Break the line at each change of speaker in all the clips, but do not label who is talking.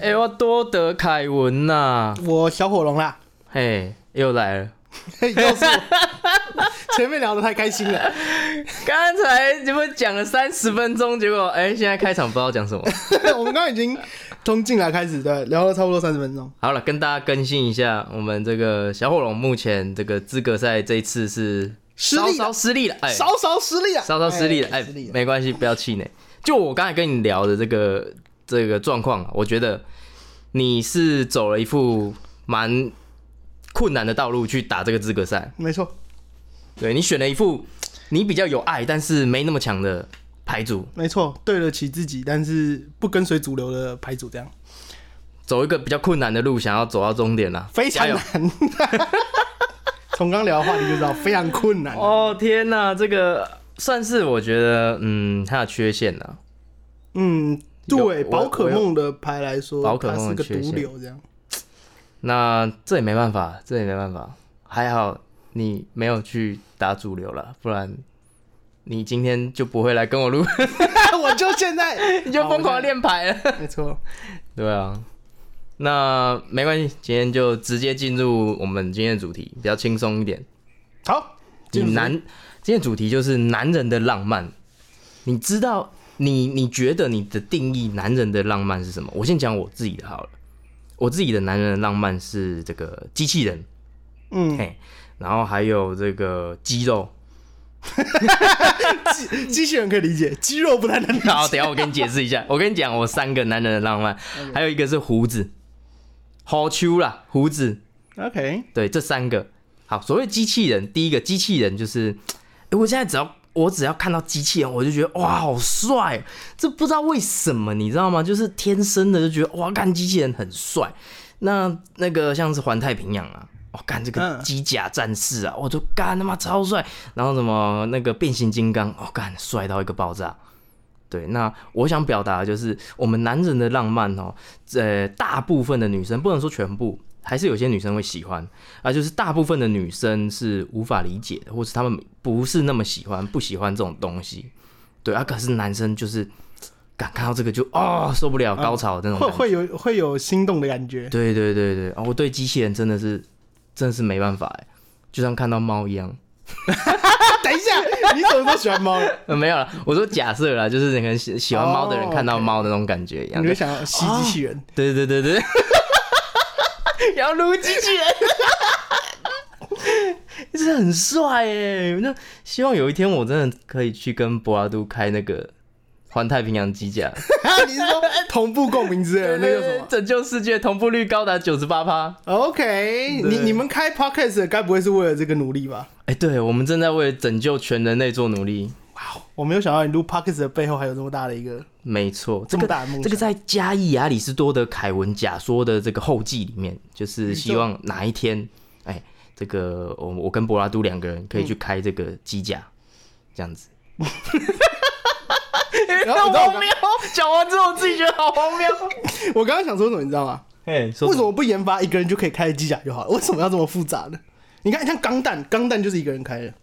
哎、我多德凯文呐、
我小火龙啦，
嘿，又来了。
嘿又 是我。前面聊得太开心了，
刚才你们讲了三十分钟，结果哎、现在开场不知道讲什么。
我们刚刚已经从进来开始，对，聊了差不多三十分钟。
好了，跟大家更新一下，我们这个小火龙目前这个资格赛这一次是
失利
稍
了
稍失利了，哎、
稍稍失利了，啊
稍稍失利了，哎、
失利了。
没关系，不要气馁。就我刚才跟你聊的这个这个状况啊，我觉得你是走了一副蛮困难的道路去打这个资格赛，
没错，
对你选了一副你比较有爱，但是没那么强的牌组，
没错，对得起自己，但是不跟随主流的牌组，这样
走一个比较困难的路，想要走到终点啦，
非
加
常
油！
难。 从刚聊的话题就知道，非常困难。
哦天哪，这个算是我觉得嗯它的缺陷啦。
嗯，对，
有我
宝可梦的牌来说，
宝可梦
它是
的
个
缺
毒
陷
瘤，这样
那这也没办法，这也没办法，还好你没有去打主流了，不然你今天就不会来跟我录，
我就现在
你就疯狂练牌了。
没错，
对啊，那没关系，今天就直接进入我们今天的主题，比较轻松一点。
好，
你
进入
男，今天的主题就是男人的浪漫。你知道，你你觉得你的定义男人的浪漫是什么？我先讲我自己的好了。我自己的男人的浪漫是这个机器人，
嗯，
嘿，然后还有这个肌肉。
机机器人可以理解，肌肉不太 能理
好，
解。
等一下我跟你解释一下。我跟你讲，我三个男人的浪漫，还有一个是胡子，好秋啦，胡子。
OK，
对，这三个。好，所谓机器人，第一个机器人就是，诶我现在只要我只要看到机器人，我就觉得哇，好帅！这不知道为什么，你知道吗？就是天生的就觉得哇，干机器人很帅。那那个像是环太平洋啊，我、干这个
嗯
机甲战士啊，我就干他妈超帅。然后什么那个变形金刚，我、干帅到一个爆炸。对，那我想表达的就是我们男人的浪漫哦，呃，大部分的女生不能说全部，还是有些女生会喜欢啊，就是大部分的女生是无法理解的，或是她们不是那么喜欢，不喜欢这种东西。对啊，可是男生就是敢看到这个就哦受不了高潮的那种
嗯
感
会
觉。
会有会有心动的感觉。
对对对对，啊，我对机器人真的是真的是没办法哎，就像看到猫一样。
等一下，你怎么都喜欢猫了？
呃，没 有了，我说假设啦，就是你可能喜喜欢猫的人
哦
看到猫的那种感觉一样。
你会想要吸机器人？
对对对 对，要撸机器人， 这很帅哎！那希望有一天我真的可以去跟博拉都开那个环太平洋机甲，
你是说同步共鸣之类的那叫什 么
拯救世界同步率高达九十八趴。
？OK，你你们开 podcast 该不会是为了这个努力吧？
哎，对，我们正在为拯救全人类做努力。
我没有想到你录 podcast 的背后还有这么大的一个
没错，这
这
个
么大的梦想
这个在加义亚里士多德凯文假说的这个后记里面，就是希望哪一天，哎，这个我我跟柏拉都两个人可以去开这个机甲，这 样子。
然后你知道我刚
讲完之后自己觉得好荒 谬。
我刚刚想说什么，你知道吗？
哎，说
为什么不研发一个人就可以开的机甲就好了？ 为什么要这么复杂呢？你看，像钢弹，钢弹就是一个人开的。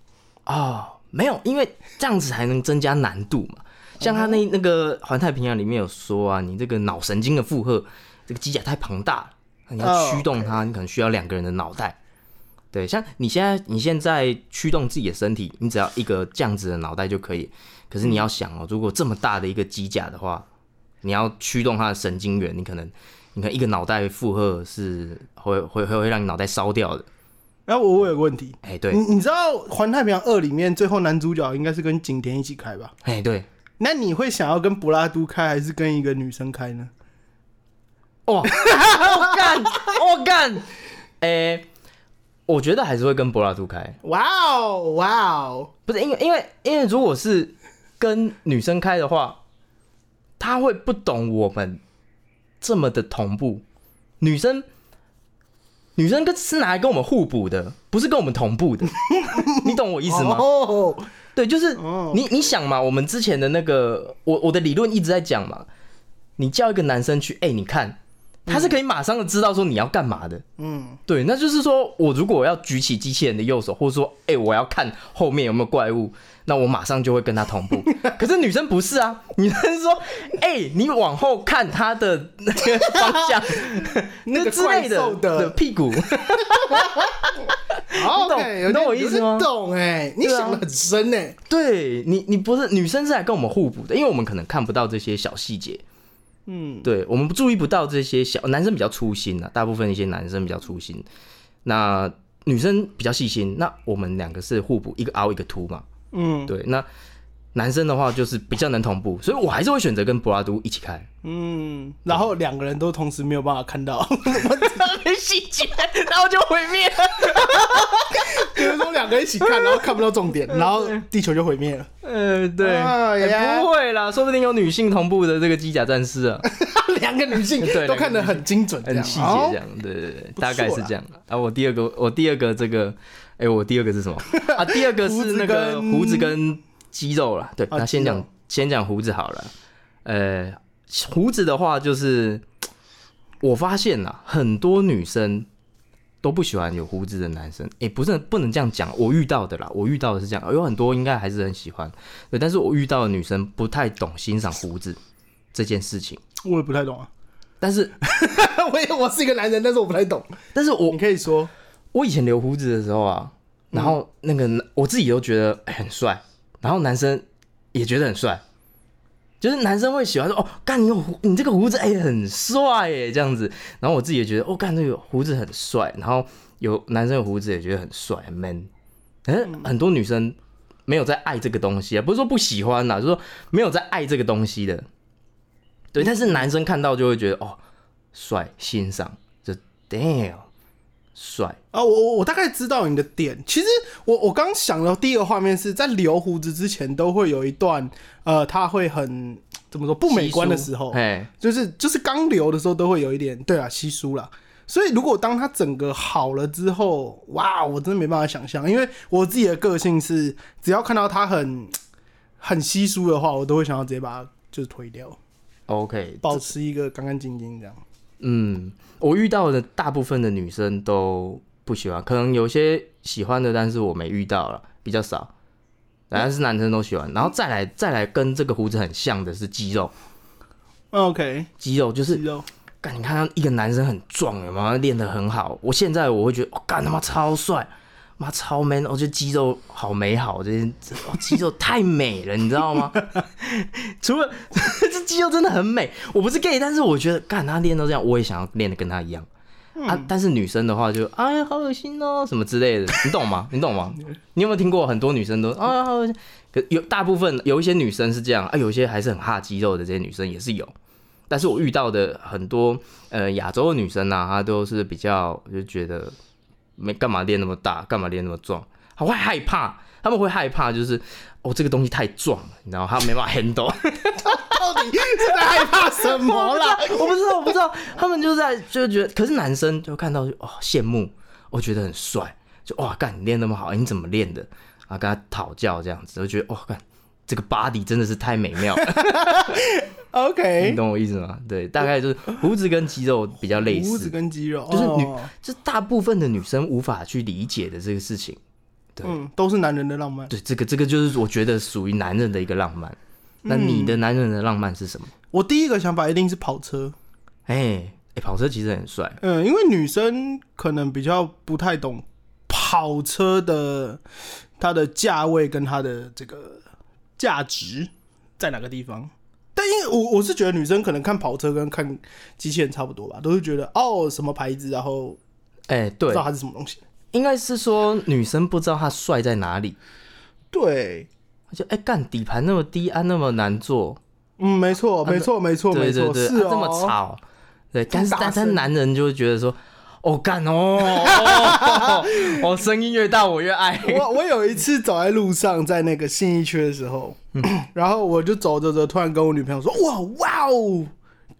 哦，没有，因为这样子才能增加难度嘛。像他那那个《环太平洋》里面有说啊，你这个脑神经的负荷，这个机甲太庞大了，你要
哦
驱动它，你可能需要两个人的脑袋。对，像你现在你现在驱动自己的身体，你只要一个这样子的脑袋就可以。可是你要想哦，如果这么大的一个机甲的话，你要驱动它的神经元，你可能你看一个脑袋负荷是会会会会让你脑袋烧掉的。
然后我我有个问题，
哎，对
你，你知道《环太平洋二》里面最后男主角应该是跟景甜一起开吧？
哎对，
那你会想要跟柏拉都开，还是跟一个女生开呢？
哇， 我干，我干， 哎、我觉得还是会跟柏拉图开，
哇哦哇哦，
不是因为因为因为如果是跟女生开的话，她会不懂我们这么的同步，女生。女生跟是拿来跟我们互补的，不是跟我们同步的， 你懂我意思吗？
哦，
对，就是
哦
你你想嘛，我们之前的那个，我我的理论一直在讲嘛，你叫一个男生去，哎、你看他是可以马上的知道说你要干嘛的。
嗯，
对，那就是说我如果要举起机器人的右手，或者说，哎、我要看后面有没有怪物，那我马上就会跟他同步。可是女生不是啊，女生说，哎、你往后看她的那个方向，
那 个
之类
怪
的
兽的
屁股，
好
懂
，OK，
你懂
有
我
点
意思吗
有点懂哎，你
对啊
想的很深哎，
对你，你不是女生是来跟我们互补的，因为我们可能看不到这些小细节，
嗯，
对我们不注意不到这些小男生比较粗心啊，大部分一些男生比较粗心，那女生比较细心，那我们两个是互补，一个凹一个凸嘛，
嗯
对，那男生的话就是比较能同步，所以我还是会选择跟柏拉图一起开。
嗯，然后两个人都同时没有办法看到，
细节，然后就毁灭。
比如说两个人一起看，然后看不到重点，然 后地球就毁灭了，
呃，对，
哎呀
哎不会啦，说不定有女性同步的这个机甲战士啊，
两个女性
对
都看得很精准，这
很
样
细节
好
这样，对对对，
不错
大概是
啦
这样。啊，我第二个，我第二个这个，哎、我第二个是 什么？啊，第二个
胡
是
子
那个
跟
胡子跟肌肉啦。对，
啊
那先
肌肉
讲先讲胡子好了。呃，胡子的话就是，我发现啦，很多女生都不喜欢有胡子的男生。也不是不能这样讲，我遇到的啦，我遇到的是这样，有很多应该还是很喜欢，对，但是我遇到的女生不太懂欣赏胡子这件事情。
我也不太懂啊，
但是，
我也我是一个男人，但是我不太懂，
但是我
你可以说，
我以前留胡子的时候啊，然后那个男我自己都觉得哎很帅，然后男生也觉得很帅，就是男生会喜欢说哦，干你有胡，你这个胡子哎、很帅哎这样子，然后我自己也觉得哦，干这个胡子很帅，然后有男生有胡子也觉得很帅很 man，可是很多女生没有在爱这个东西啊，不是说不喜欢啦，就是说没有在爱这个东西的，对，但是男生看到就会觉得哦帅欣赏，就 damn 帅。
啊，我我我大概知道你的点。其实我我刚想到第一个画面是在留胡子之前都会有一段，呃，他会很怎么说不美观的时候，
哎，
就是就是刚留的时候都会有一点，对啊，稀疏啦。所以如果当它整个好了之后，哇，我真的没办法想象，因为我自己的个性是，只要看到它很很稀疏的话，我都会想要直接把它就是推掉，
OK，
保持一个干干净净这样。
嗯，我遇到的大部分的女生都不喜欢，可能有些喜欢的，但是我没遇到了，比较少。但是男生都喜欢，然后再来再来跟这个胡子很像的是肌肉，
OK，
肌肉就是
肌肉，
干，你看到一个男生很壮，有吗？练得很好。我现在我会觉得，哦，干他妈超帅，妈超 man，我觉得肌肉好美好，这些、哦、肌肉太美了，你知道吗？ 除了 这肌肉真的很美，我不是 gay，但是我觉得，干他练到这样，我也想要练得跟他一样。啊！但是女生的话就哎呀，好恶心哦，什么之类的，你懂吗？你懂吗？你有没有听过很多女生都啊，好恶心？可有大部分有一些女生是这样啊，有一些还是很哈肌肉的，这些女生也是有。但是我遇到的很多呃亚洲的女生啊，她都是比较就觉得没干嘛练那么大，干嘛练那么壮，她会害怕，她们会害怕，就是哦这个东西太壮了，你知道吗她没办法 handle。
到底是在害怕什么啦？
哦 我不知道，我不知道，他们就在就觉得，可是男生就看到就哦羡慕，我觉得很帅，就哇干你练那么好，你怎么练的？啊，跟他讨教这样子，我觉得哇哦干这个 body 真的是太美妙了，你
OK，
懂我意思吗？对，大概就是胡子跟肌肉比较类
胡
似
子，跟肌肉，
就是女
哦，
这大部分的女生无法去理解的这个事情。
嗯，都是男人的浪漫。
对，这个这个就是我觉得属于男人的一个浪漫。
嗯
那你的男人的浪漫是什么？
我第一个想法一定是跑车，
哎、哎跑车其实很帅，
嗯，因为女生可能比较不太懂跑车的它的价位跟它的这个价值在哪个地方。但因为我我是觉得女生可能看跑车跟看机器人差不多吧，都是觉得哦什么牌子，然后
哎、
不
对
知道，它是什么东西。
应该是说女生不知道他帅在哪里，
对，
就哎干、底盘那么低啊，那么难做，
嗯，没错，没错，没错，没
对对
错，
对，
是
啊
哦，
这么吵，对，但是
这么大
但
声
是男人就会觉得说，哦干 哦，哦哦声音越大我越爱，
我我有一次走在路上，在那个信义区的时候， 然后我就走着走，突然跟我女朋友说：“哇哇哦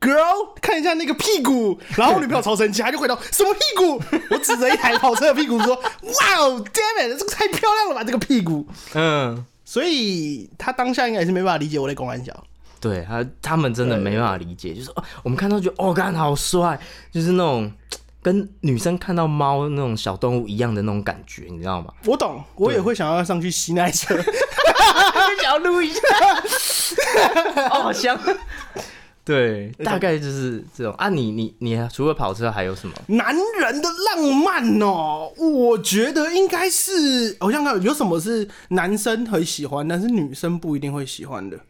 ，girl，看一下那个屁股。”然后我女朋友超生气，她就回头：“什么屁股？”我指着一台跑车的屁股说：“ 哇哦，damn it，这个太漂亮了吧，这个屁股。
嗯，”
所以她当下应该也是没办法理解我在公安小。
对他他们真的没办法理解，就是哦，我们看到觉得哦，干好帅，就是那种跟女生看到猫那种小动物一样的那种感觉，你知道 吗？
我懂，我也会想要上去吸那一车。
想要录一下， 哦，好香。对，大概就是这种啊。你你你除了跑车还有什么？
男人的浪漫哦，我觉得应该是，我想看有什么是男生很喜欢，但是女生不一定会喜欢的。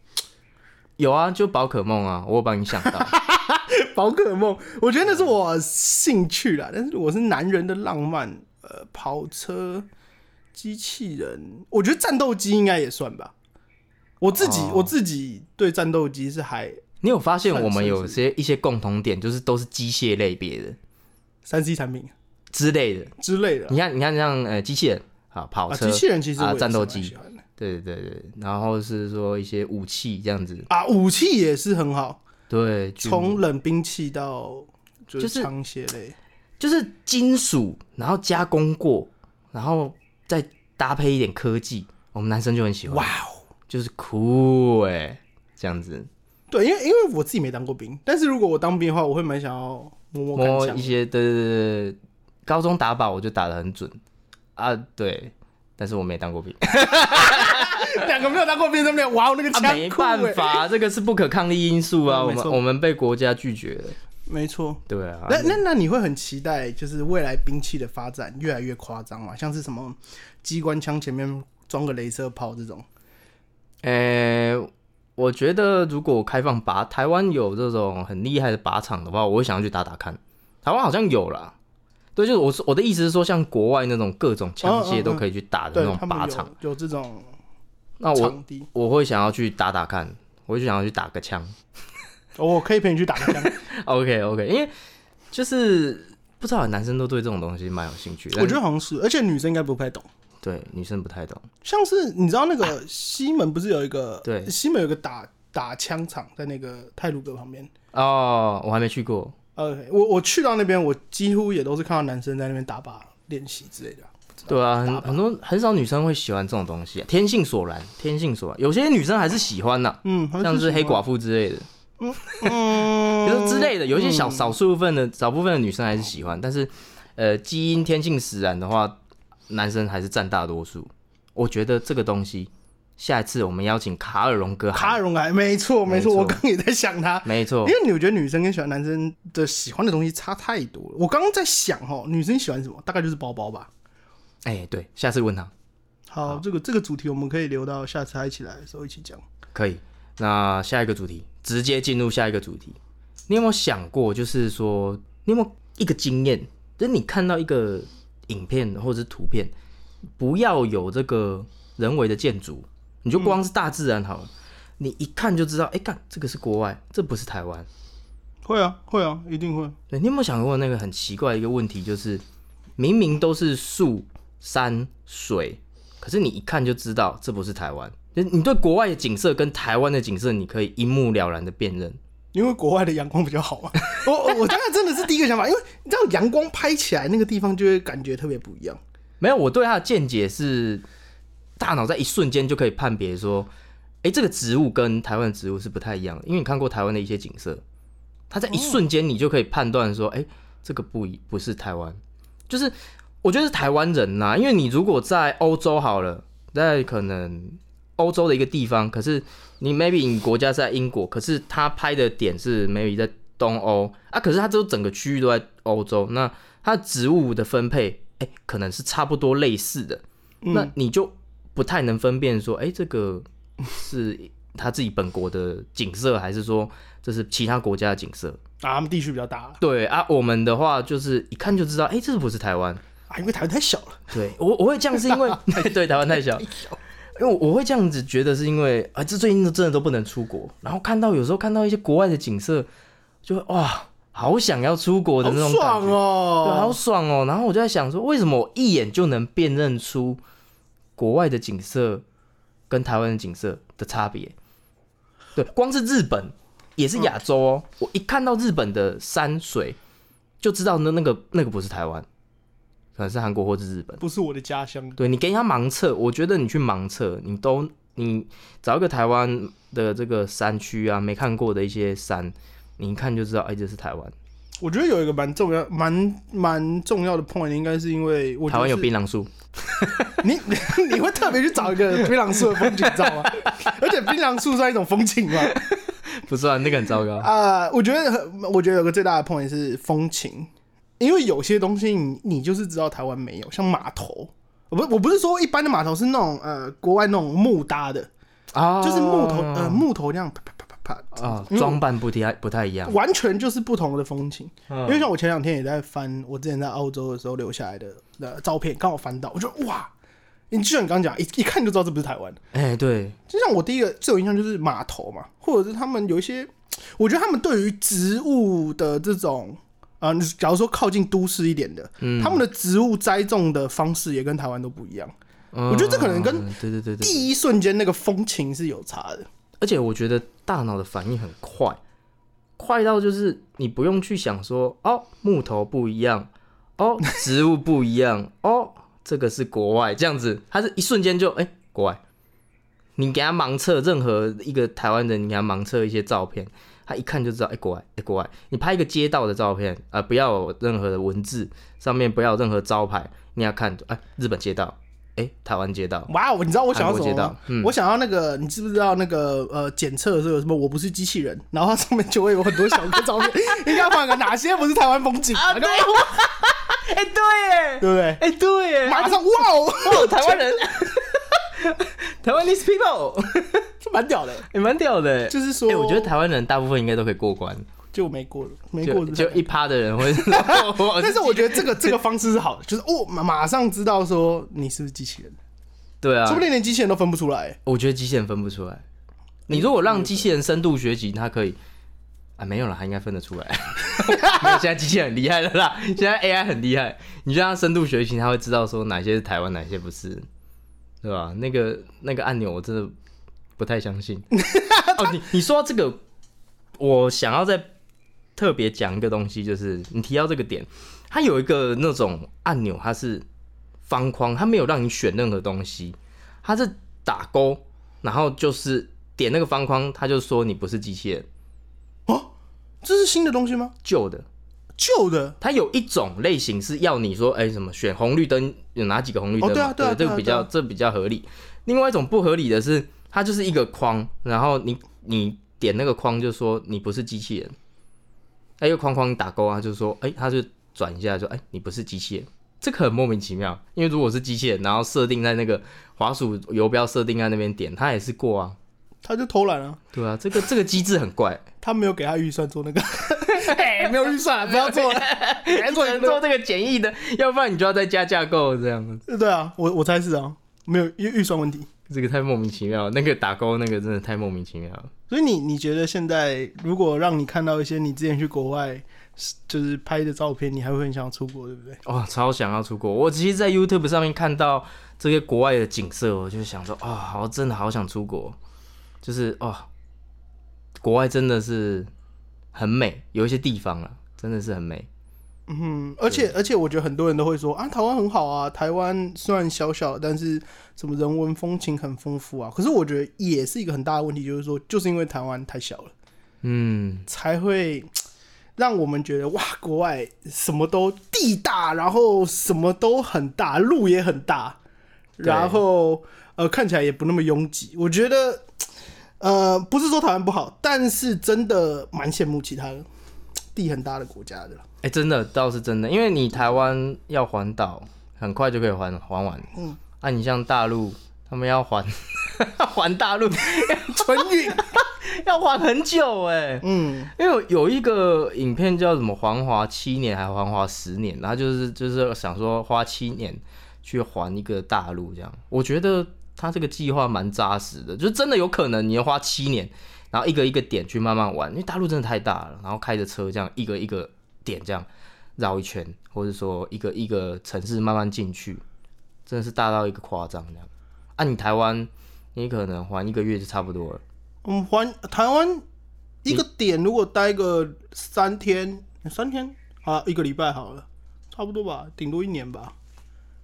有啊，就宝可梦啊，我有帮你想 到。
宝可梦，我觉得那是我兴趣啦，但是我是男人的浪漫，呃，跑车、机器人，我觉得战斗机应该也算吧。我自己、
哦
我自己对战斗机是还
你有发现我们
算是
有些一些共同点，就是都是机械类别的
三 C 产品
之类的。
之类的
你看，你看像呃机器人啊，跑
啊，
车，
机器人其实我
啊
也是
战斗
蛮
机
喜欢的
对对对对，然后是说一些武器这样子，
啊，武器也是很好，
对，就
从冷兵器到就
嗯就是是
枪械类。
就是金属，然后加工过，然后再搭配一点科技，我们男生就很喜欢。
哇哦！
就是酷哎、这样子
对，因为因为我自己没当过兵，但是如果我当兵的话，我会蛮想要摸摸看
摸
枪
一。些对对对对，对高中打靶我就打得很准啊，对，但是我没当 过兵，
两个没有当过兵，他们俩哇哦，那个枪、
啊、没办，法，这个是不可抗力因素啊，
嗯
我
没
们
错
我们被国家拒绝了，
没错。
对啊，
那那那你会很期待，就是未来兵器的发展越来越夸张嘛？像是什么机关枪前面装个镭射炮这种，
呃、我觉得如果开放靶，台湾有这种很厉害的靶场的话，我会想要去打打看。台湾好像有啦，对，就是我是我的意思是说，像国外那种各种枪
嗯嗯
械
嗯
都可以去打的
对
啊那种
他
靶
们
场，
有有这种
那我
场地，
我会想要去打打看，我会想要去打个枪。
哦我可以陪你去打个枪。
OK OK，因为就是不知道男生都对这种东西蛮有兴趣，但
我觉得好像是，而且女生应该不太懂。
对女生不太懂。
像是你知道那个西门不是有一个
啊对
西门有个打打枪场在那个泰鲁阁旁边。
哦，我还没去过，
呃，我我去到那边，我几乎也都是看到男生在那边打靶练习之类的。
对啊，
打
很
靶
很多很少女生会喜欢这种东西、啊，天性所然，天性所然。有些女生还是喜欢呐、
嗯，还
像是黑
喜欢，
寡妇之类的，
嗯，
就是之类的，有一些小少数部分的少部分的女生还是喜欢，但是呃，基因天性使然的话，男生还是占大多数。我觉得这个东西，下一次我们邀请卡尔荣哥
卡
喊，
尔哎荣莱，没错没错，
没错哦
我刚刚也在想他，
没
因
错
为，你我觉得女生跟喜欢男生的喜欢的东西差太多了。我刚刚在想哦，女生喜欢什么？大概就是包包吧。
哎、对，下次问他
好，这个这个主题我们可以留到下次一起来的时候一起讲。
可以。那下一个主题，直接进入下一个主题。你有没有想过，就是说，你有没有一个经验，就是你看到一个影片或者是图片，不要有这个人为的建筑，你就光是大自然好了，你一看就知道，哎、干，这个是国外，这不是台湾。
会啊会啊，一定会。
对，你有没有想过那个很奇怪的一个问题，就是明明都是树、山、水，可是你一看就知道这不是台湾。就是你对国外的景色跟台湾的景色，你可以一目了然的辨认。
因为国外的阳光比较好嘛。 我我我当然真的是第一个想法，因为你知道阳光拍起来那个地方就会感觉特别不一样。
没有，我对它的见解是，大脑在一瞬间就可以判别说，哎，这个植物跟台湾的植物是不太一样的，因为你看过台湾的一些景色，它在一瞬间你就可以判断说，哎，这个不一不是台湾，就是我觉得是台湾人呐、因为你如果在欧洲好了，在可能欧洲的一个地方，可是你 maybe 你国家是在英国，可是他拍的点是 maybe 在东欧啊，可是它这整个区域都在欧洲，那它植物的分配，哎、可能是差不多类似的，
嗯
那你就不太能分辨说，哎、这个是他自己本国的景色，还是说这是其他国家的景色？
啊，他们地区比较大
对啊，我们的话就是一看就知道，哎、这不是台湾。
啊，因为台湾太小了。
对我我会这样是因为 对台湾太小，因为我我会这样子觉得是因为啊，这最近都真的都不能出国，然后看到有时候看到一些国外的景色，就会哇，好想要出国的
好
那种感
爽
觉，对，
哦、
好爽哦。然后我就在想说，为什么我一眼就能辨认出国外的景色跟台湾的景色的差别？对，光是日本也是亚洲哦，
嗯
我一看到日本的山水，就知道那那个那个不是台湾，可能是韩国或是日本。
不是我的家乡。
对你给人家盲测，我觉得你去盲测，你都你找一个台湾的这个山区啊，没看过的一些山，你一看就知道，哎，这是台湾。
我觉得有一个蛮重要、蛮蛮重要的 point，应该是因为我觉
台
得
湾有
是
槟榔树，
你 你你会特别去找一个槟榔树的风景照吗？ 而且槟榔树算一种风景吗？
不是啊，那个很糟糕。
啊，我觉得很我觉得有个最大的 point 是风情，因为有些东西你你就是知道台湾没有，像码头。我不我不是说一般的码头是那种呃国外那种木搭的，
啊，
就是木头、呃木头那样啪啪啪啪啪嗯
啊，装扮不太不太一样。
完全就是不同的风情。因为像我前两天也在翻我之前在澳洲的时候留下来的呃照片，刚好翻到，我觉得哇，你就像你刚刚讲，一一看就知道这不是台湾。
哎，对，
就像我第一个最有印象就是码头嘛，或者是他们有一些，我觉得他们对于植物的这种。啊、你假如说靠近都市一点的，
嗯
他们的植物栽种的方式也跟台湾都不一样。
我
我觉得这可能跟
嗯对对对对，
第一瞬间那个风情是有差的，
而且我觉得大脑的反应很快，快到就是你不用去想说哦，木头不一样，哦，植物不一 样，哦，这个是国外这样子，它是一瞬间就哎、国外。你给他盲测任何一个台湾人，你给他盲测一些照片，他一看就知道，哎、国外，哎、国外。你拍一个街道的照片，啊、不要有任何的文字，上面不要有任何招牌，你要看，哎、日本街道，哎、台湾街道，
哇！哦我你知道我想要什
韩
么
国街道嗯
吗？我想要那个，你知不知道那个呃检测的时候有什么？我不是机器人，然后它上面就会有很多小个照片，应该放个哪些不是台湾风景？ 然后
哎、对耶，
对不对？
哎、对耶，
马上哇哦，
哦，台湾人， 台湾 these people
这蛮屌的。
也蛮屌的欸。
就是说，
哎、我觉得台湾人大部分应该都可以过关，
就没过了，没
就
过了。
就一趴的人会。
但哦是我觉得 这个这个方式是好的，就是哦，马马上知道说你是不是机器人，
对
说
啊
不，定连机器人都分不出来。
我觉得机器人分不出来。你如果让机器人深度学习，他可以啊，没有了，他应该分得出来。 没有，现在机器人很厉害了啦，现在 AI 很厉害。你让他深度学习，他会知道说哪些是台湾，哪些不是，对吧？那个那个按钮，我真的不太相信。哦，你你说到这个，我想要再特别讲一个东西，就是你提到这个点，它有一个那种按钮，它是方框，它没有让你选任何东西，它是打勾，然后就是点那个方框，它就说你不是机器人，
哦，这是新的东西吗？
旧的。
旧的
它有一种类型是要你说，哎、什么选红绿灯有哪几个红绿灯嘛、
哦对啊对啊对啊啊
这个比较、这比较合理。另外一种不合理的是，它就是一个框，然后你你点那个框就说你不是机器人，哎、一个框框打勾啊，就说哎、它就转一下就哎、你不是机器人，这个很莫名其妙。因为如果是机器人，然后设定在那个滑鼠游标设定在那边点，它也是过啊，
他就偷懒啊，
对啊，这个这个机制很怪，
他没有给他预算做那 个， 哎，啊没有预算啊， 不要做了，
还
做
能做这个简易的，要不然你就要再加架构这样子。
对啊，我我猜是啊，没有预预算问题。
这个太莫名其妙了，那个打勾那个真的太莫名其妙了。
所以你你觉得现在如果让你看到一些你之前去国外就是拍的照片，你还会很想要出国，对不对？
哇、超想要出国！我其实，在 YouTube 上面看到这些国外的景色，我就想说，啊、好，真的好想出国，就是哦，国外真的是很美，有一些地方啊，真的是很美。
嗯，而且而且我觉得很多人都会说啊，台湾很好啊，台湾虽然小小，但是什么人文风情很丰富啊。可是我觉得也是一个很大的问题，就是说，就是因为台湾太小了，
嗯，
才会让我们觉得哇，国外什么都地大，然后什么都很大，路也很大，
对
然后呃看起来也不那么拥挤。我觉得呃不是说台湾不好，但是真的蛮羡慕其他的地很大的国家的啦。
哎、真的倒是真的，因为你台湾要环岛，很快就可以环环完。嗯，啊，你像大陆，他们要环 环大陆，
春运，
要环很久哎、
嗯。
因为有一个影片叫什么“黄华七年”还“黄华十年”，然后就是就是想说花七年去还一个大陆这样。我觉得他这个计划蛮扎实的，就真的有可能你要花七年，然后一个一个点去慢慢玩，因为大陆真的太大了，然后开着车这样一个一个点这样绕一圈，或者说一个一个城市慢慢进去，真的是大到一个夸张这样。啊，你台湾你可能还一个月就差不多了。
我们环台湾一个点，如果待个三天，三天啊，一个礼拜好了，差不多吧，顶多一 年吧。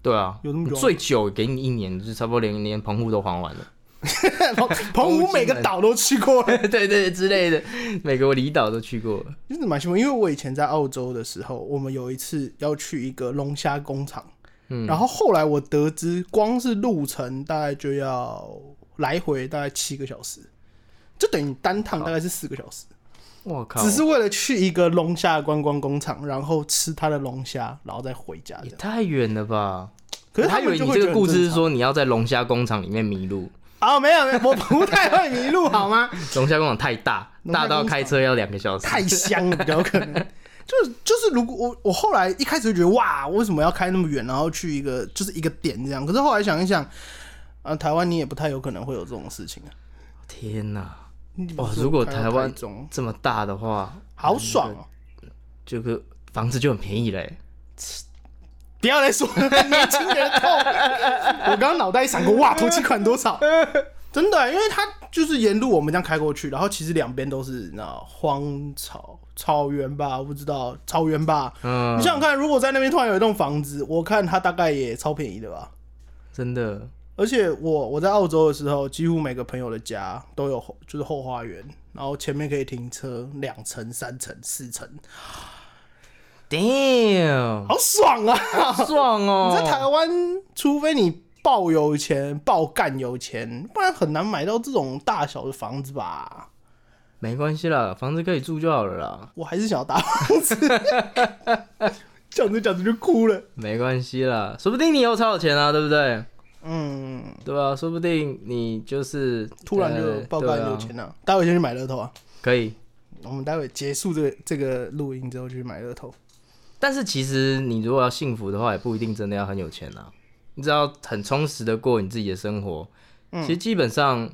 对啊，
有那么久吗
最久给你一年，就差不多连连澎湖都还完了。
澎 澎湖每个岛都去过 了，
对对对之类的，美国离岛都去过了。
其实蛮羡慕，因为我以前在澳洲的时候，我们有一次要去一个龙虾工厂，
嗯
然后后来我得知，光是路程大概就要来回大概七个小时，就等于单趟大概是四个小时，
我靠，
只是为了去一个龙虾观光工厂，然后吃它的龙虾，然后再回家这
也
样。
太远了吧？
可是
我还
他
以为
们就
你
会
这
觉
个
得
故
很
事是
正
说你要在龙虾工厂里面迷 路，
常啊、没有没有，我不太会迷路 好吗？
龙虾工厂太大，
龙虾
大
工厂
到开车要两个小时。
太香了，比较有可能。 就是就是，如果我我后来一开始就觉得哇，为什么要开那么远，然后去一个就是一个点这样？可是后来想一想，啊，台湾你也不太有可能会有这种事情啊。
天哪，
你比如
哇！
说
如果
开到
台湾
中
这么大的话，
好爽哦、
这个房子就很便宜嘞。
不要再说了年轻人痛， 我刚刚脑袋一闪过，哇，头期款多少？ 真的，因为它就是沿路我们这样开过去，然后其实两边都是你知道荒草草原吧，我不知道草原吧。
嗯
你，想想看，如果在那边突然有一栋房子，我看它大概也超便宜的吧。
真的，
而且我我在澳洲的时候，几乎每个朋友的家都有后就是后花园，然后前面可以停车，两层、三层、四层，
damn，
好爽啊！
好爽哦！
你在台湾，除非你爆有钱、爆干有钱，不然很难买到这种大小的房子吧？
没关系啦，房子可以住就好了啦，
我还是想要大 房子，讲着讲着就哭了。
没关系啦，说不定你以后超有钱啊，对不对？
嗯，
对啊，说不定你就是
突然就爆
呃
干
对啊
有钱了、待会先去买乐透啊！
可以。
我们待会结束这个这个录音之后就去买乐透。
但是其实你如果要幸福的话，也不一定真的要很有钱啊。你只要很充实的过你自己的生活，
嗯
其实基本上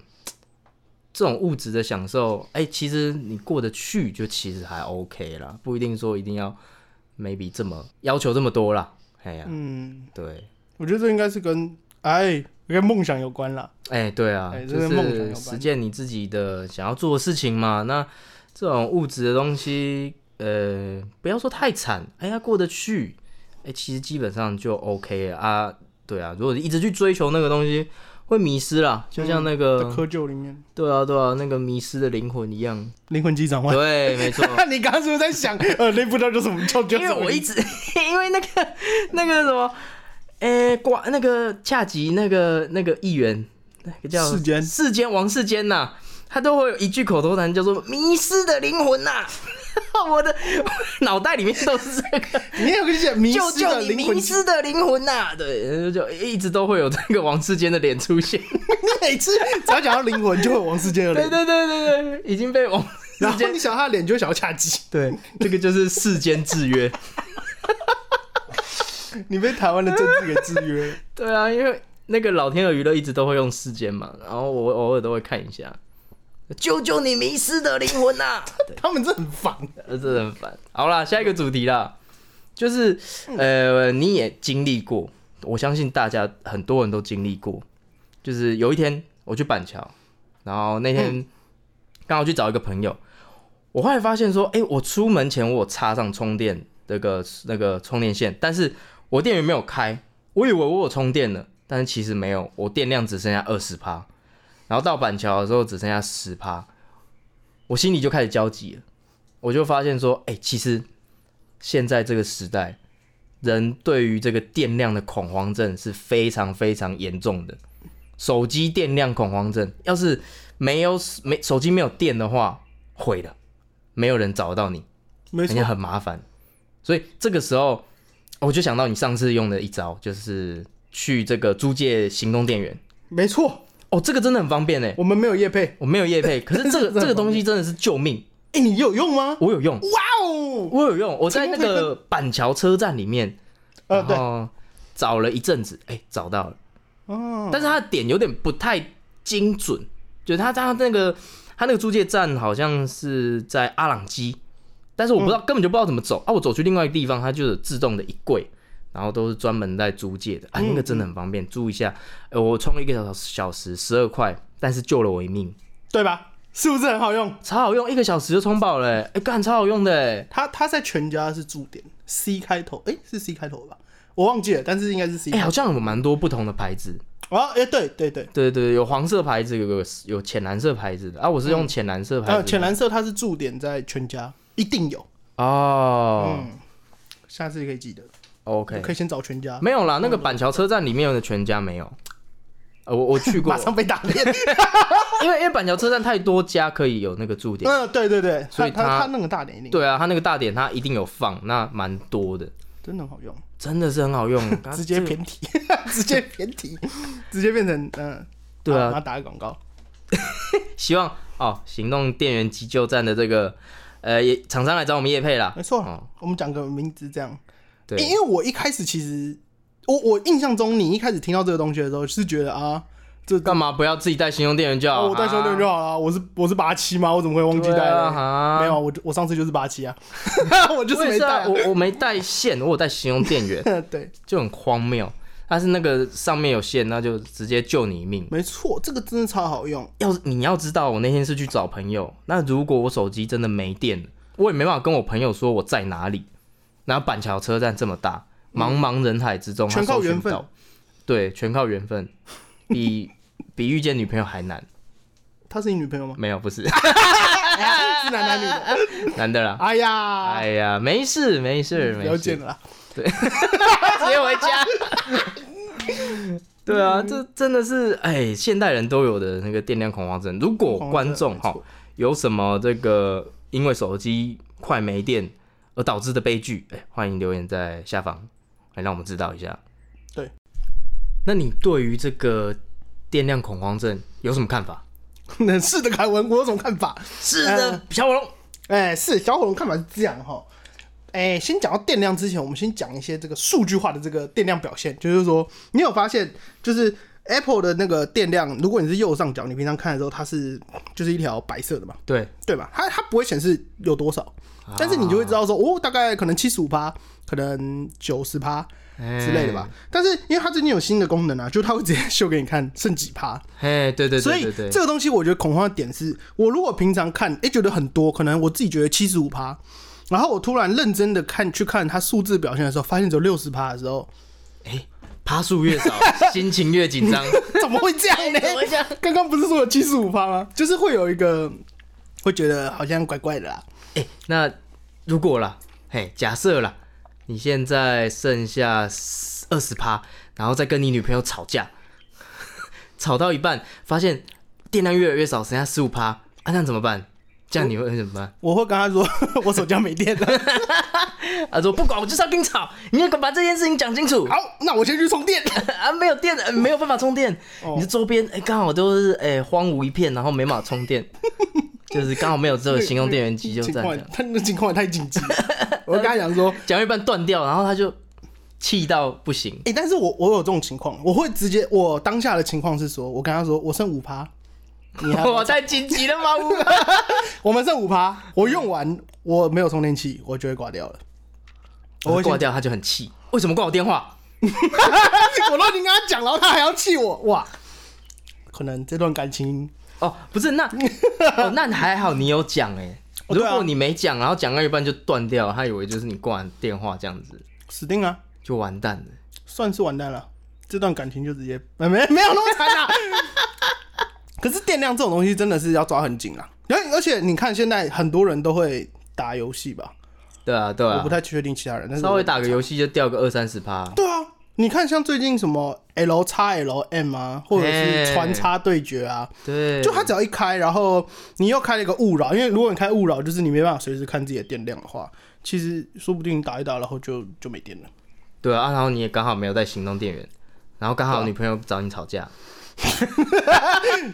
这种物质的享受，哎、其实你过得去就其实还 OK 啦，不一定说一定要 maybe 这么要求这么多啦。哎呀、
嗯，
对，
我觉得这应该是跟哎跟梦想有关啦。
哎、对啊，
哎
就
这是梦想有
是
关
实践你自己的想要做的事情嘛。那这种物质的东西，呃，不要说太惨，哎呀，过得去，哎、其实基本上就 OK 了啊。对啊，如果一直去追求那个东西，会迷失啦，就像那个，
嗯在窠臼里面，
对啊，对啊，那个迷失的灵魂一样。
灵魂机长吗？
对，没错。
你刚刚是不是在想，呃，那不知道叫什么叫叫
因
什
为
么？
我一直因为那个那个什么，诶、瓜那个恰吉那个那个议员，那个叫
世坚
世坚王世坚呐、他都会有一句口头禅叫做“迷失的灵魂、呐， 我的脑袋里面都是这个，
你有个讲迷
救
失
救
的
你
灵
迷
魂机
失的灵魂呐、对，就一直都会有这个王世坚的脸出现。
你每次只要讲到灵魂，就会有王世坚的
对
脸，
对对对对，已经被王
然
世
后
坚
你想到他的脸，就会想要恰鸡。
对，这个就是世间制约。
你被台湾的政治给制约了。
对啊，因为那个老天鹅娱乐一直都会用世间嘛，然后我偶尔都会看一下。 救救你迷失的灵魂呐、啊！ 对，
他们真的很烦。
呃真的很烦。好啦，下一个主题啦，就是呃，你也经历过，我相信大家很多人都经历过。就是有一天我去板桥，然后那天刚好去找一个朋友，我后来发现说，哎、我出门前我有插上充电那个那个充电线，但是我电源没有开，我以为我有充电了，但是其实没有，我电量只剩下二十趴，然后到板桥的时候只剩下十趴，我心里就开始焦急了，我就发现说，哎、其实现在这个时代。人对于这个电量的恐慌症是非常非常严重的，手机电量恐慌症，要是没有没手机没有电的话，毁了，没有人找得到你，
没
人
错
家，很麻烦。所以这个时候，我就想到你上次用的一招，就是去这个租借行动电源。
没错，
哦，这个真的很方便呢。
我们没有叶配。
我没有夜配，可是这个这个东西真的是救命，
哎，你有用吗？
我有用，
哇哦！
我有用。我在那个板桥车站里面，
呃，
然
对，
后找了一阵子，哎、找到了。
嗯，
但是它的点有点不太精准，就是它它那个它那个租借站好像是在阿朗基，但是我不
嗯
知道、根本就不知道怎么走啊，我走去另外一个地方，它就有自动的一柜，然后都是专门在租借的，啊，
嗯
那个真的很方便，租一下，呃，我充一个小时小时十二块，但是救了我一命，
对吧？是不是很好用？
超好用，一个小时就充饱了、欸，哎、干超好用的、欸，
他他在全家是驻点，C 开头，哎，是 C 开头吧？我忘记了，但是应该是 C
哎、。好像有蛮多不同的牌子，
啊，哎，对对对，
对对，有黄色牌子，有个有浅蓝色牌子的啊，我是用浅蓝色牌
啊，
子。
浅蓝色它是驻点在全家，一定有，
哦
下次可以记得，
，OK，
嗯可以先找全家，
没有啦，那个板桥车站里面的全家没有。呃，我我去过
马，上被打 脸。
因为因为板桥车站太多家可以有那个驻点。
嗯，对对对，
所以
它
它
它它那个大点一定
对啊，它那个大点它一定有放，那蛮多的，
真的很好用，
真的是很好 用，它
直接
啊这个
偏题， 直接偏题， 直接变成嗯，
对啊
然后打个广告，
希望哦，行动电源急救站的这个呃也厂商来找我们叶配啦
没。错
哦，
我们讲个名字这样，因因
对，
为我一开始其实我我印象中你一开始听到这个东西的时候是觉得啊，这
干嘛不要自己带行动电源就好？
哦我带修电就好了，我是我是八七吗？我怎么会忘记
啊
带
对
呢
啊？哈
没有啊，我就我上次就是八 七啊，我 就是
我也啊
没
是啊
带啊。
我我没带线，我有带行动电源，
对，
就很荒谬。但是那个上面有线，那就直接救你一命。
没错，这个真的超好用。
要是你要知道，我那天是去找朋友，那如果我手机真的没电了，我也没办法跟我朋友说我在哪里。然后板桥车站这么大，茫茫人海之中，
嗯全
他
靠
搜寻
缘分
到，对，全靠缘分，比比遇见女朋友还难。
她是你女朋友吗？
没有，不是
是男男女的？
男的 啦。
哎呀，
哎呀，没事没事没
了解
事，
了啦。
直接回家。对啊，这真的是哎，现代人都有的那个电量恐慌症。如果观众
没
哈
错
有什么这个因为手机快没电而导致的悲剧，哎，欢迎留言在下方，来让我们知道一下。
对，
那你对于这个电量恐慌症有什么看法？
那 是的，凯文，我有什么看法？
是
的，
小火龙。
哎，是小火龙看法是这样哈。哎，先讲到电量之前，我们先讲一些这个数据化的这个电量表现，就是说，你有发现，就是 Apple 的那个电量，如果你是右上角，你平常看的时候，它是就是一条白色的嘛，
对，
对吧？它它不会显示有多少，但是你就会知道说，哦，大概可能七十五趴，可能九十趴之类的吧。但是因为它最近有新的功能啊，就它会直接秀给你看剩几趴，
哎，对对
所
对
以
对对，
这个东西我觉得恐慌的点是，我如果平常看，哎、觉得很多，可能我自己觉得七十五趴，然后我突然认真的看去看它数字表现的时候，发现只有六十趴的时候，
哎，趴数越 少，心情越紧 张。
怎么会这样 呢？刚刚不是说有七十五趴吗？就是会有一个会觉得好像怪怪的啦。
哎、那如果啦，嘿，假设啦，你现在剩下二十趴，然后再跟你女朋友吵架， 吵到一半发现电量越来越少，剩下十五趴，啊，那怎么办？这样你会怎么 办？
我会跟他说 我手机要没电了，
啊，说不管，我就是要跟你吵，你要把这件事情讲清楚。
好，那我先去充电。
啊，没有电，呃没有办法充电。你的周边哎，刚、好都是哎、荒芜一片，然后没办法充电，就是刚好没有这个行动电源急救
情
站这
况
样。
他那情况也太紧急了，我跟他讲说，
讲到一半断掉，然后他就气到不行。
哎、但是我我有这种情况，我会直接，我当下的情况是说，我跟他说我剩五趴，你 还
我太紧急了 吗？
我们剩五趴，我用完我没有充电器，我就会挂掉了。我
我
会先
挂，掉他就很气，为什么挂我电话？
我都已经跟他讲，然后他还要气我，哇！可能这段感情
哦，不 是那哦，那还好你有讲哎、
哦
如
对啊
果你没讲，然后讲到一半就断掉了，他以为就是你挂电话这样子，
死定了，
就完蛋了。
算是完蛋了。这段感情就直接没没没有那么惨啦、 可是电量这种东西真的是要抓很紧啊啦，而而且你看现在很多人都会打游戏吧，
对啊，对
我
啊
不，太确定其他人，但是
稍
我
微打个游戏就掉个二三十趴，
对啊，你看像最近什么 L x L M 啊，或者
哎
是穿插对决啊，
对，
就它只要一开，然后你又开了一个勿扰，因为如果你开勿扰，就是你没办法随时看自己的电量的话，其实说不定你打一打，然后就就没电了。
对啊，然后你也刚好没有带行动电源，然后刚好女朋友找你吵架，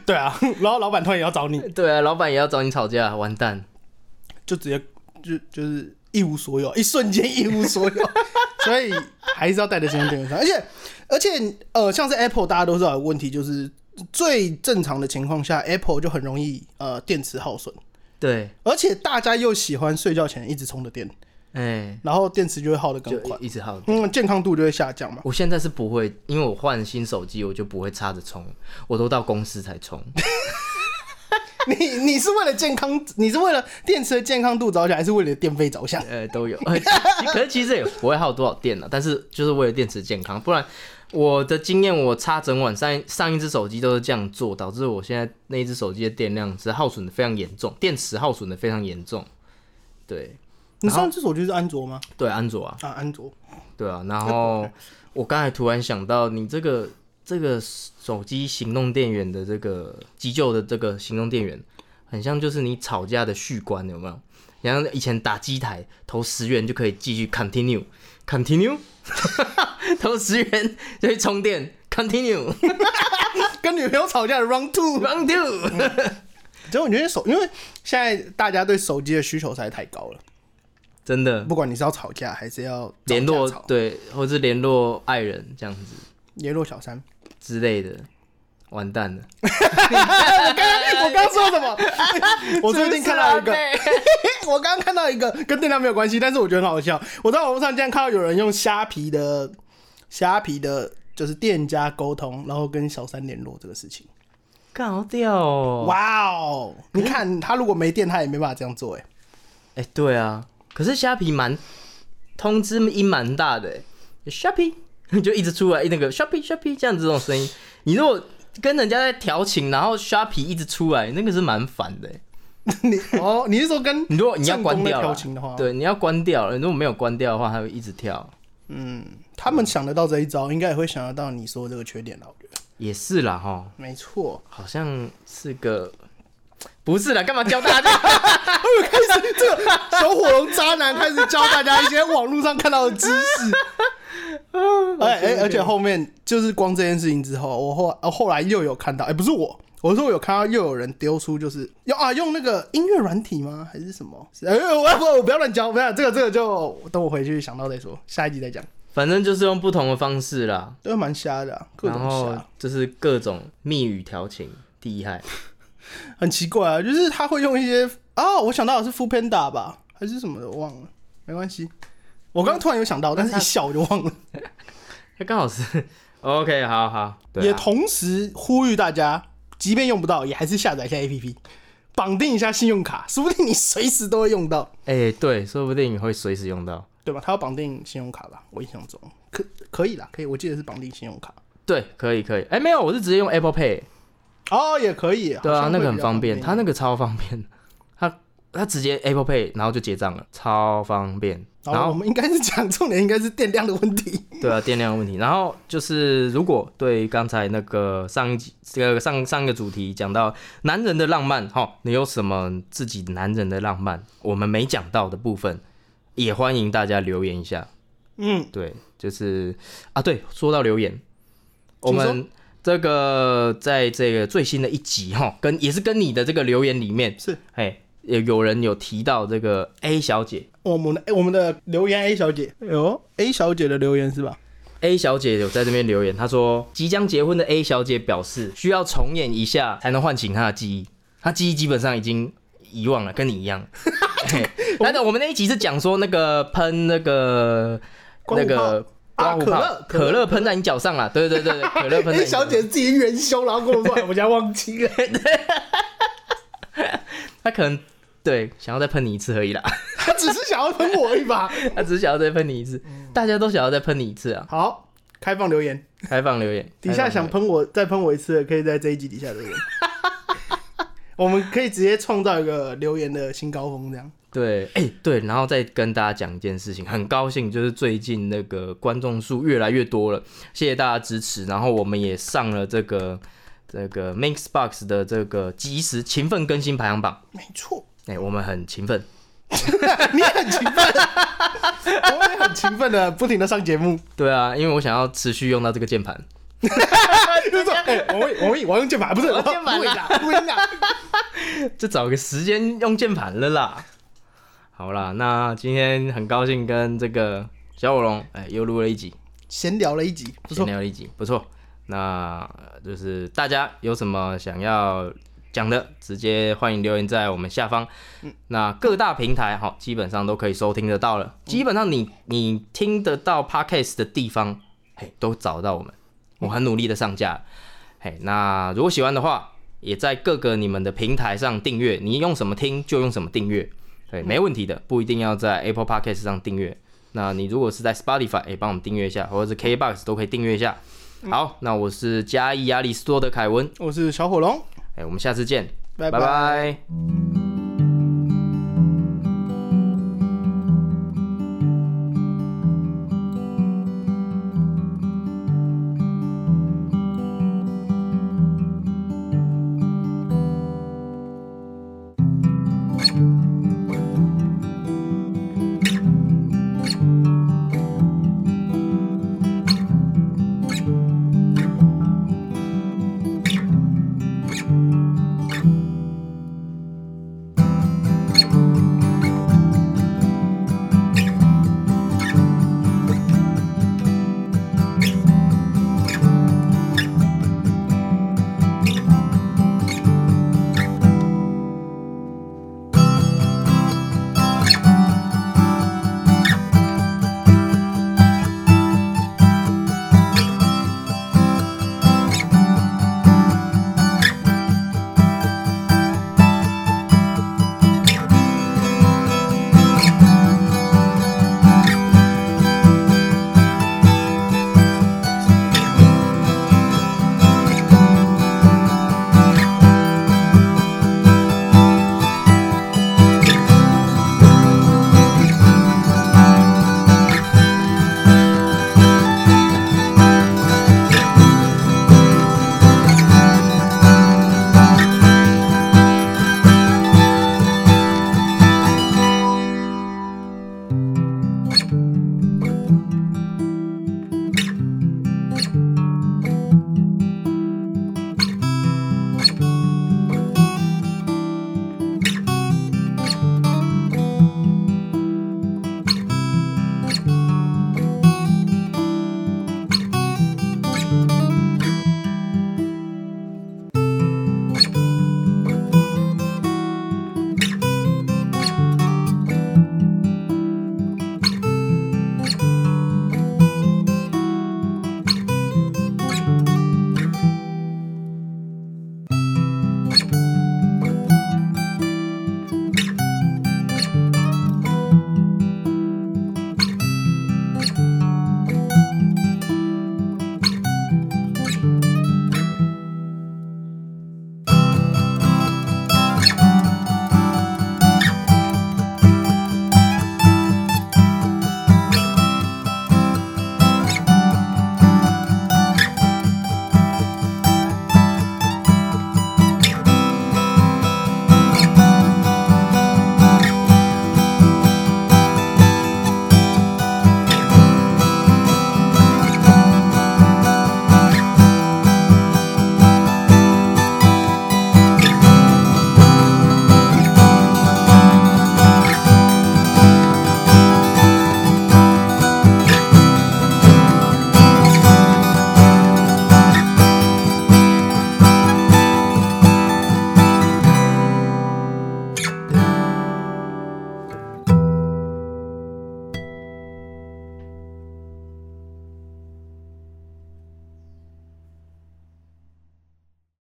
对啊，然后老板突然也要找你，
对啊，老板也要找你吵架，完蛋，
就直接就就是一无所有，一瞬间一无所有，所以还是要带着行动电源 上。而且而且呃，像是 Apple，大家都知道有问题就是。最正常的情况下，Apple 就很容易呃电池耗损，
对，
而且大家又喜欢睡觉前一直充着电，
哎、
然后电池就会耗得
就
更快，
一直好
嗯，健康度就会下降嘛。
我现在是不会，因为我换新手机，我就不会插着充，我都到公司才充。
你你是为了健康，你是为了电池的健康度着想，还是为了电费着想？
呃，都有。 呃其可是其实也不会耗多少电了，但是就是为了电池健康，不然我的经验，我插整晚上上一只手机都是这样做，导致我现在那一只手机的电量是耗损的非常严重，电池耗损的非常严重。对
你上次手机是安卓吗？
对，安卓啊，
啊，安卓。
对 啊。然后我刚才突然想到，你这个这个手机行动电源的这个急救的这个行动电源，很像就是你吵架的续关，有没有？你像以前打机台投十元就可以继续 continue continue，投十元就去充电 continue
跟女朋友吵架的 round two，
round
嗯
two，
结果你觉得手，因为现在大家对手机的需求实在太高了，
真的
不管你是要吵架还是要找
联
架
络
吵
对，或是联络爱人这样子
联络小 三。
之类的，完蛋了。
哎我刚刚我刚说什么？ 我最近看到一个，
啊
我刚刚看到一个跟电量没有关系，但是我觉得很好笑。我在网络上竟然看到有人用虾皮的虾皮的，就是店家沟通，然后跟小三联络这个事情。
干好屌哦！
哇哦！你看他如果没电，他也没办法这样做哎。
哎、对啊，可是虾皮蛮通知音蛮大的、欸，虾皮 就一直出来那个虾皮虾皮这样子这种声音，你如果跟人家在调情，然后虾皮一直出来，那个是蛮烦的欸、
你哦，你是说跟
你如果你要
正
关
宫在
掉
调
了
情的话，
对，你要关掉了。如果没有关掉的话，它会一直跳。
他们想得到这一招，应该也会想得到你说的这个缺点了。我觉得
也是啦，哈，
没错。
好像是个不是啦，干嘛教大家？
开始这个小火龙渣男开始教大家一些网络上看到的知识。哎哎，而且后面就是光这件事情之后，我后呃后来又有看到，哎、不是我，我是说我有看到又有人丢出，就是用啊用那个音乐软体吗？还是什么？哎、我我我不要乱教，不要这个这个就等我回去想到再说，下一集再讲。
反正就是用不同的方式啦，
都蛮瞎的、啊，各
然
种
后
瞎，
就是各种密语调情，厉害。
很奇怪啊，就是他会用一些啊，我想到的是 f o o Panda 吧，还是什么的，我忘了，没关系。我刚刚突然有想到，但是一笑我就忘了。
他刚好是 OK，好好，对
也
啊、
同时呼吁大家，即便用不到，也还是下载一下 APP，绑定一下信用卡，说不定你随时都会用到，
哎、对，说不定你会随时用到。
对吧？它要绑定信用卡吧？我印象中可可以啦，可以，我记得是绑定信用卡。
对，可以可以。哎、没有，我是直接用 Apple Pay。
哦，也可以，
对
好
啊，
像
那
会
个很
比较
方
方
便，它那个超方便，它它直接 Apple Pay，然后就结账了，超方便。然
然后我
后
们应该是讲重点，应该是电量的问题。
对啊，电量问题。然后就是如果对刚才那个上一集这个上上一个主题讲到男人的浪漫，哈，你有什么自己男人的浪漫我们没讲到的部分，也欢迎大家留言一下。
嗯，
对，就是啊，对，说到留言，我
请说
们这个在这个最新的一集哈，跟也是跟你的这个留言里面
是，
哎，有有人有提到这个 A 小姐
我们的诶我们的留言 A 小姐，哎呦，A 小姐的留言是吧？
，A 小姐有在这边留言，她说即将结婚的 A 小姐表示需要重演一下才能唤醒她的记忆，她记忆基本上已经遗忘了，跟你一 样。嘿但是我们那一集是讲说那个喷那个
刮胡
那
泡
个刮
啊
胡
可
泡
乐可
可乐喷在你脚上了，对对对 对，可乐喷在你脚
A 哎小
上
姐自己元凶，然后跟我说，哎我家忘记 了。
他可能对想要再喷你一次而已啦，
他只是想要喷我一把。
他只是想要再喷你一次，
嗯
大家都想要再喷你一次啊！
好，开放留言，
开放留言，
底下想
开放留言
喷我再喷我一次的，可以在这一集底下留言。 我们可以直接创造一个留言的新高峰，这样。
对，哎、对，然后再跟大家讲一件事情，很高兴就是最近那个观众数越来越多了，谢谢大家支持，然后我们也上了这个这个 Mixbox 的这个及时勤奋更新排行榜，
没错，
哎、我们很勤奋，
你也很勤奋，我也很勤奋的，不停的上节目。
对啊，因为我想要持续用到这个键盘，
就是说，哎、王伟，王伟，我要用键盘，不是
我要
要
键盘啦
不一样。
就找个时间用键盘了啦。好啦，那今天很高兴跟这个小火龙，哎、又录了一集，
闲聊了一集，不
闲
错。
聊了一集，不错。那呃就是大家有什么想要讲的，直接欢迎留言在我们下方。
嗯
那各大平台哈，基本上都可以收听得到了。基本上你你听得到 podcast 的地方，
嗯
嘿，都找到我们。我很努力的上架，嘿，那如果喜欢的话，也在各个你们的平台上订阅，你用什么听就用什么订阅，对，
嗯
没问题的，不一定要在 Apple Podcast 上订阅。那你如果是在 Spotify，也帮我们订阅一下，或者是 KBox 都可以订阅一下。
嗯
好，那我是嘉义亚里士多的凯文，
我是小火龙，
哎、我们下次见，
拜
拜
拜
拜